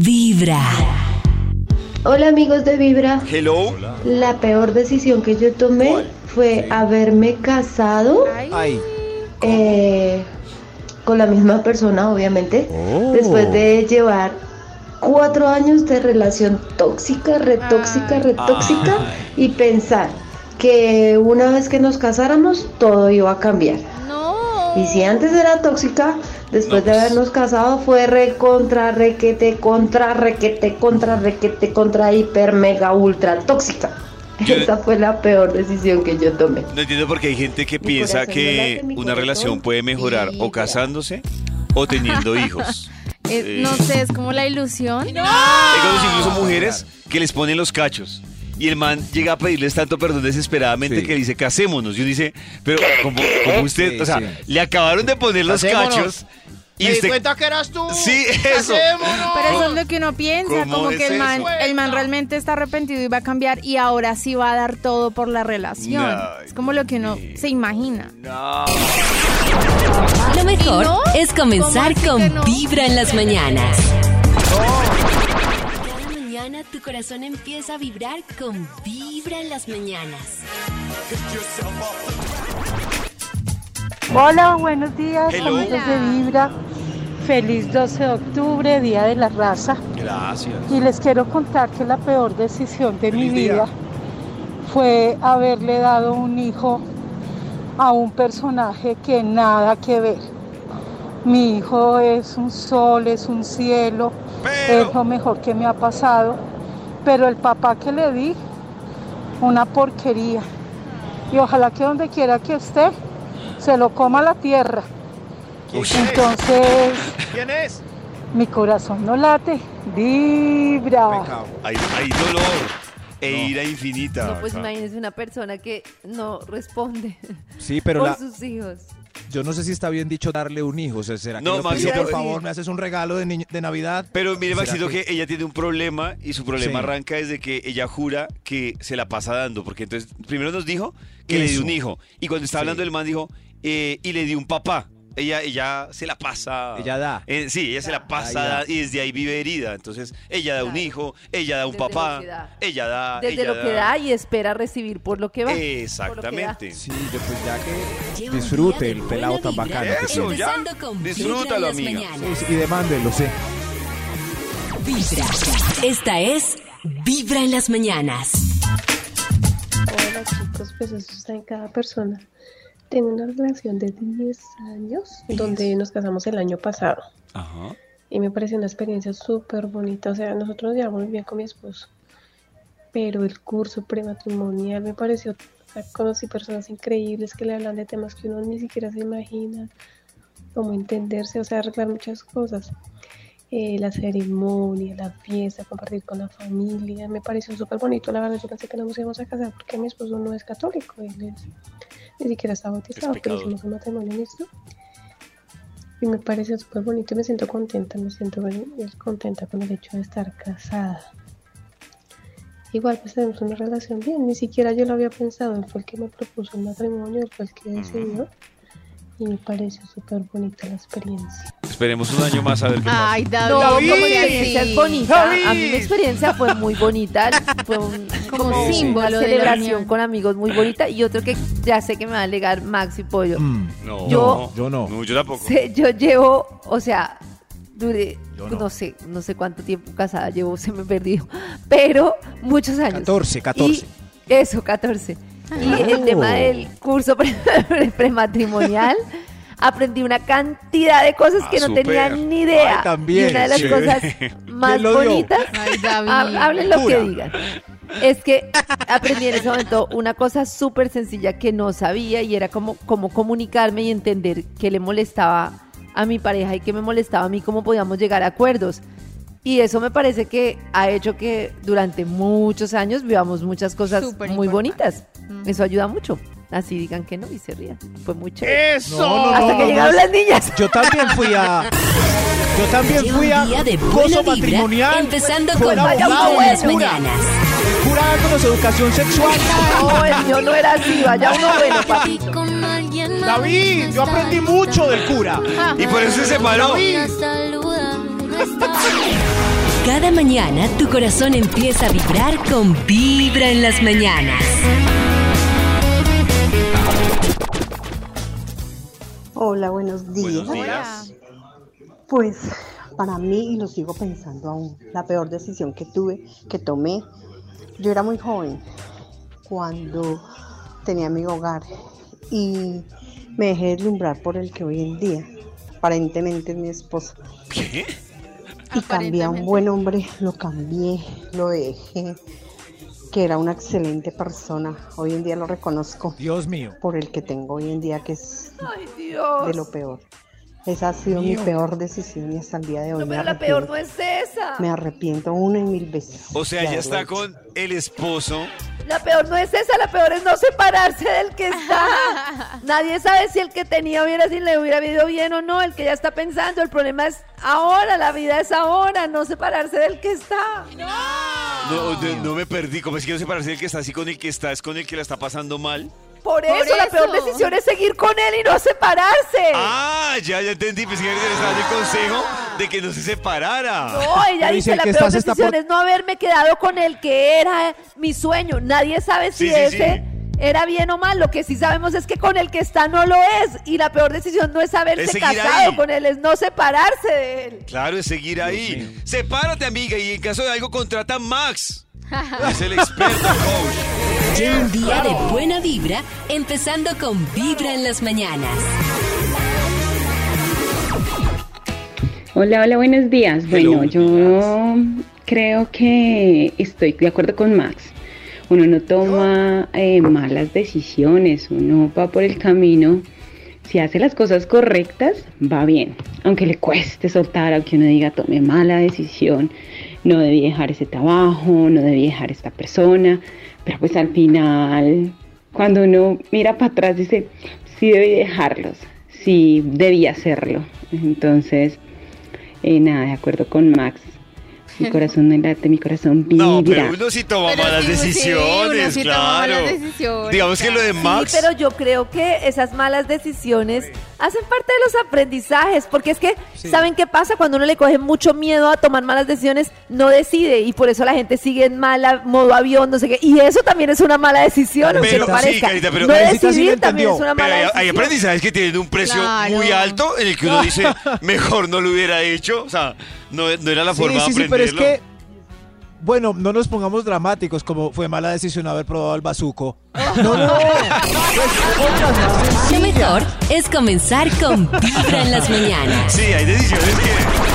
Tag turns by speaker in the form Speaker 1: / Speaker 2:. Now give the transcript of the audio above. Speaker 1: Vibra.
Speaker 2: Hola amigos de Vibra.
Speaker 3: Hello.
Speaker 2: La peor decisión que yo tomé
Speaker 3: ¿Cuál?
Speaker 2: fue haberme casado
Speaker 3: Ay.
Speaker 2: eh, con la misma persona, obviamente,
Speaker 3: Oh.
Speaker 2: después de llevar cuatro años de relación tóxica, retóxica,
Speaker 3: Ah.
Speaker 2: retóxica y pensar que una vez que nos casáramos todo iba a cambiar.
Speaker 4: No.
Speaker 2: Y si antes era tóxica, después
Speaker 3: pues.
Speaker 2: de habernos casado fue re contra requete contra requete contra requete contra hiper mega ultra tóxica.
Speaker 3: Yo-
Speaker 2: Esa fue la peor decisión que yo tomé.
Speaker 3: No entiendo por qué hay gente que
Speaker 2: Mi
Speaker 3: piensa
Speaker 2: corazón no
Speaker 3: que
Speaker 2: late, mi
Speaker 3: una
Speaker 2: corazón
Speaker 3: relación puede mejorar o
Speaker 2: vibra.
Speaker 3: casándose o teniendo hijos.
Speaker 4: Eh, no sé, es como la ilusión.
Speaker 3: He conocido incluso mujeres que les ponen los cachos. Y el man llega a pedirles tanto perdón desesperadamente
Speaker 5: Sí.
Speaker 3: que dice, casémonos. Y uno dice, pero como, como usted,
Speaker 5: Sí,
Speaker 3: o sea,
Speaker 5: sí.
Speaker 3: le acabaron de poner los
Speaker 5: Casémonos.
Speaker 3: cachos. Y
Speaker 5: Me di
Speaker 3: usted-
Speaker 5: cuenta que eras tú.
Speaker 3: Sí, eso.
Speaker 5: Casémonos.
Speaker 4: Pero eso es lo que uno piensa,
Speaker 3: ¿Cómo
Speaker 4: como
Speaker 3: es
Speaker 4: que el man,
Speaker 3: eso?
Speaker 4: el man realmente está arrepentido y va a cambiar y ahora sí va a dar todo por la relación.
Speaker 3: No,
Speaker 4: es como lo que uno se imagina.
Speaker 1: Lo mejor
Speaker 4: no?
Speaker 1: es comenzar
Speaker 4: ¿Cómo así que
Speaker 1: con
Speaker 4: no?
Speaker 1: Vibra en las mañanas. Cada mañana tu corazón empieza a vibrar con Vibra en las mañanas.
Speaker 6: Hola, buenos días,
Speaker 3: Hello.
Speaker 6: amigos de
Speaker 4: Hola.
Speaker 6: Vibra. Feliz 12 de octubre, Día de la Raza.
Speaker 5: Gracias.
Speaker 6: Y les quiero contar que la peor decisión de mi
Speaker 5: Feliz día.
Speaker 6: vida fue haberle dado un hijo a un personaje que nada que ver. Mi hijo es un sol, es un cielo,
Speaker 3: Pero-
Speaker 6: es lo mejor que me ha pasado. Pero el papá que le di, una porquería. Y ojalá que donde quiera que esté, se lo coma la tierra.
Speaker 3: Uy.
Speaker 6: Entonces,
Speaker 5: ¿Quién es?
Speaker 6: mi corazón no late, vibra.
Speaker 5: Pecado.
Speaker 3: Hay, hay dolor e ira infinita.
Speaker 4: Ah,
Speaker 7: No, pues
Speaker 3: Ajá.
Speaker 7: imagínense una persona que no responde
Speaker 8: Sí, pero
Speaker 7: por
Speaker 8: la-
Speaker 7: sus hijos.
Speaker 8: yo no sé si está bien dicho darle un hijo. o sea, ¿será que
Speaker 3: No,
Speaker 8: lo
Speaker 3: más
Speaker 8: pidió,
Speaker 3: bien-
Speaker 8: por favor, me haces un regalo de, niño- de Navidad?
Speaker 3: Pero mire,
Speaker 8: ¿Será
Speaker 3: Maxito, que...
Speaker 8: que-
Speaker 3: ella tiene un problema y su problema
Speaker 8: Sí.
Speaker 3: arranca desde que ella jura que se la pasa dando. Porque entonces, primero nos dijo que le dio
Speaker 8: Eso.
Speaker 3: un hijo. Y cuando estaba hablando el man dijo, eh, y le dio un papá. Ella, ella se la pasa.
Speaker 8: Ella da.
Speaker 3: Eh, sí, ella se la pasa
Speaker 8: Ahí da.
Speaker 3: da- y desde ahí vive herida. Entonces, ella da un
Speaker 7: Claro.
Speaker 3: hijo, ella da un
Speaker 7: Desde lo
Speaker 3: papá,
Speaker 7: que da.
Speaker 3: ella
Speaker 4: Ah,
Speaker 3: da.
Speaker 7: Desde
Speaker 3: ella
Speaker 7: lo que da y espera recibir por lo que va.
Speaker 4: Eh,
Speaker 3: Exactamente.
Speaker 8: Sí, yo pues ya que
Speaker 1: Lleva un
Speaker 8: disfrute
Speaker 1: día
Speaker 8: el
Speaker 1: de
Speaker 8: pelado
Speaker 1: buena
Speaker 8: tan
Speaker 1: vibra,
Speaker 8: bacano que
Speaker 3: Eso,
Speaker 8: tiene.
Speaker 3: ya.
Speaker 1: Empezando con Vibra en
Speaker 3: Disfrútalo,
Speaker 1: las
Speaker 3: amiga.
Speaker 1: mañanas.
Speaker 8: Y demándenlo, sí.
Speaker 1: Vibra. Esta es Vibra en las mañanas.
Speaker 9: Hola chicos, pues eso está en cada persona. Tengo una relación de 10 años donde nos casamos el año pasado
Speaker 3: Ajá.
Speaker 9: y me pareció una experiencia súper bonita. O sea, nosotros nos llevamos muy bien con mi esposo, pero el curso prematrimonial me pareció, o sea, conocí personas increíbles que le hablan de temas que uno ni siquiera se imagina, cómo entenderse, o sea, arreglar muchas cosas. Eh, la ceremonia, la fiesta, compartir con la familia, me pareció súper bonito. La verdad, yo pensé que no nos íbamos a casar porque mi esposo no es católico, él es- ni siquiera está bautizado, pero
Speaker 3: pecador.
Speaker 9: hicimos un matrimonio listo. Y me parece súper bonito y me siento contenta, me siento bien- bien contenta con el hecho de estar casada. Igual pues tenemos una relación bien, ni siquiera yo lo había pensado, él fue el que me propuso el matrimonio, él fue el que decidió y me pareció súper bonita la experiencia.
Speaker 3: Esperemos un año más a ver qué
Speaker 7: Ah.
Speaker 3: pasa.
Speaker 4: Ay, David.
Speaker 7: No, como
Speaker 5: David.
Speaker 7: experiencia es bonita. A mí mi experiencia fue muy bonita. Fue un,
Speaker 4: Como
Speaker 7: como
Speaker 4: sí,
Speaker 7: una
Speaker 4: símbolo de la
Speaker 7: celebración
Speaker 4: unión.
Speaker 7: con amigos muy bonita. Y otro que ya sé que me va a alegar Maxi Pollo.
Speaker 8: Mm,
Speaker 3: No,
Speaker 7: Yo-
Speaker 8: yo no.
Speaker 3: yo tampoco.
Speaker 7: Se- yo llevo, o sea, duré, pues,
Speaker 8: Yo
Speaker 7: no.
Speaker 8: no.
Speaker 7: sé, no sé cuánto tiempo casada llevo, se me perdió, pero muchos años.
Speaker 8: 14, 14.
Speaker 7: Y eso, 14. Y el
Speaker 8: Oh.
Speaker 7: tema del curso pre- prematrimonial, aprendí una cantidad de cosas
Speaker 3: Ah,
Speaker 7: que no tenía
Speaker 3: súper.
Speaker 7: ni idea.
Speaker 8: Ay, también,
Speaker 7: y una de las
Speaker 3: chévere.
Speaker 7: cosas más
Speaker 8: ¿Quién lo dio?
Speaker 7: bonitas,
Speaker 4: Ay, David.
Speaker 7: ha- hablen lo que
Speaker 8: Pura.
Speaker 7: digan. Es que aprendí en ese momento una cosa súper sencilla que no sabía y era como, como comunicarme y entender qué le molestaba a mi pareja y qué me molestaba a mí, cómo podíamos llegar a acuerdos. Y eso me parece que ha hecho que durante muchos años vivamos muchas cosas
Speaker 4: Súper
Speaker 7: muy
Speaker 4: importante.
Speaker 7: bonitas. Eso ayuda mucho. Así digan que no y se rían. Fue muy chévere.
Speaker 5: Eso.
Speaker 8: No,
Speaker 10: Eh,
Speaker 8: no,
Speaker 7: Hasta
Speaker 8: no,
Speaker 7: que
Speaker 8: no,
Speaker 7: llegaron las niñas.
Speaker 8: Yo también fui a... Yo también
Speaker 1: Lleva un
Speaker 8: fui a
Speaker 1: día de buena
Speaker 8: gozo
Speaker 1: vibra.
Speaker 8: matrimonial.
Speaker 1: Empezando
Speaker 8: Fue
Speaker 1: con pues,
Speaker 8: una
Speaker 1: Vibra en
Speaker 8: abogada
Speaker 1: las
Speaker 8: pura.
Speaker 1: mañanas.
Speaker 8: Jurándonos educación sexual.
Speaker 7: No, el mío no era así. Vaya uno bueno, papi.
Speaker 5: David, yo aprendí mucho del cura.
Speaker 3: Y por eso se separó.
Speaker 1: Cada mañana tu corazón empieza a vibrar con Vibra en las mañanas.
Speaker 10: Hola, buenos días.
Speaker 3: Buenos días.
Speaker 10: Pues para mí, y lo sigo pensando aún, la peor decisión que tuve, que tomé, yo era muy joven cuando tenía mi hogar y me dejé deslumbrar por el que hoy en día aparentemente es mi esposo.
Speaker 3: ¿Qué?
Speaker 10: Y cambié a un buen hombre, lo cambié, lo dejé, que era una excelente persona. Hoy en día lo reconozco.
Speaker 8: Dios mío.
Speaker 10: Por el que tengo hoy en día, que es
Speaker 7: Ay, Dios.
Speaker 10: de lo peor. Esa ha sido
Speaker 8: Mío.
Speaker 10: mi peor decesión y hasta el día de hoy
Speaker 7: No,
Speaker 10: me
Speaker 7: pero la peor
Speaker 10: arrepiento.
Speaker 7: no es esa.
Speaker 10: Me arrepiento una y mil veces.
Speaker 3: O sea,
Speaker 10: de
Speaker 3: ya está
Speaker 10: haberlo hecho.
Speaker 3: con el esposo.
Speaker 7: La peor no es esa, la peor es no separarse del que está. Nadie sabe si el que tenía hubiera, si le hubiera ido bien o no, el que ya está pensando. El problema es ahora, la vida es ahora, no separarse del que está.
Speaker 3: No, no, no me perdí. Como es que no se parece el que está así con el que está, es con el que la está pasando mal.
Speaker 7: Por eso, la peor
Speaker 4: eso.
Speaker 7: decisión es seguir con él y no separarse.
Speaker 3: Ah, ya, ya entendí. Pensé que le estaba dando el consejo de que no se separara.
Speaker 7: No, ella
Speaker 8: Pero dice,
Speaker 7: dice,
Speaker 8: el
Speaker 7: la
Speaker 8: que
Speaker 7: peor
Speaker 8: estás está
Speaker 7: decisión
Speaker 8: por-
Speaker 7: es no haberme quedado con el que era mi sueño. Nadie sabe si
Speaker 3: Sí, sí,
Speaker 7: ese era bien o mal. Lo que sí sabemos es que con el que está no lo es. Y la peor decisión no es haberse
Speaker 3: Es seguir
Speaker 7: casado
Speaker 3: ahí.
Speaker 7: con él, es no separarse de él.
Speaker 3: Claro, es seguir ahí. Sepárate, amiga, y en caso de algo, contrata a Max. Es el experto coach.
Speaker 1: Lleva un día de buena vibra, empezando con Vibra en las mañanas.
Speaker 11: Hola, hola, buenos días. Bueno,
Speaker 3: Hello.
Speaker 11: yo creo que estoy de acuerdo con Max. Uno no toma eh, malas decisiones, uno va por el camino. Si hace las cosas correctas, va bien. Aunque le cueste soltar, aunque uno diga tome mala decisión, no debí dejar ese trabajo, no debí dejar esta persona. Pero pues al final, cuando uno mira para atrás, dice, sí debí dejarlos, sí debí hacerlo. Entonces, eh, nada, de acuerdo con Max. Mi corazón no late, mi corazón vibra.
Speaker 3: No, pero uno sí toma malas decisiones, claro. Digamos que lo de Max.
Speaker 7: Sí, pero yo creo que esas malas decisiones hacen parte de los aprendizajes, porque es que, ¿saben qué pasa? Cuando uno le coge mucho miedo a tomar malas decisiones, no decide, y por eso la gente sigue en mala, modo avión, no sé qué, y eso también es una mala decisión,
Speaker 3: Pero
Speaker 7: aunque no
Speaker 3: sí,
Speaker 7: parezca.
Speaker 3: Carita, pero-
Speaker 7: no
Speaker 8: Karencita sí lo
Speaker 7: decidir también es
Speaker 8: entendió,
Speaker 7: una
Speaker 3: Pero
Speaker 7: mala
Speaker 3: hay, hay
Speaker 7: decisión.
Speaker 3: aprendizajes que tienen un precio
Speaker 4: Claro.
Speaker 3: muy alto en el que uno dice, mejor no lo hubiera hecho. O sea, no, no era la forma
Speaker 8: sí,
Speaker 3: de
Speaker 8: sí, sí, pero
Speaker 3: aprenderlo.
Speaker 8: es que. Bueno, no nos pongamos dramáticos, como fue mala decisión haber probado el bazuco. Pues, No, no.
Speaker 1: Lo mejor es comenzar con Vibra en las mañanas.
Speaker 3: Sí, hay decisiones que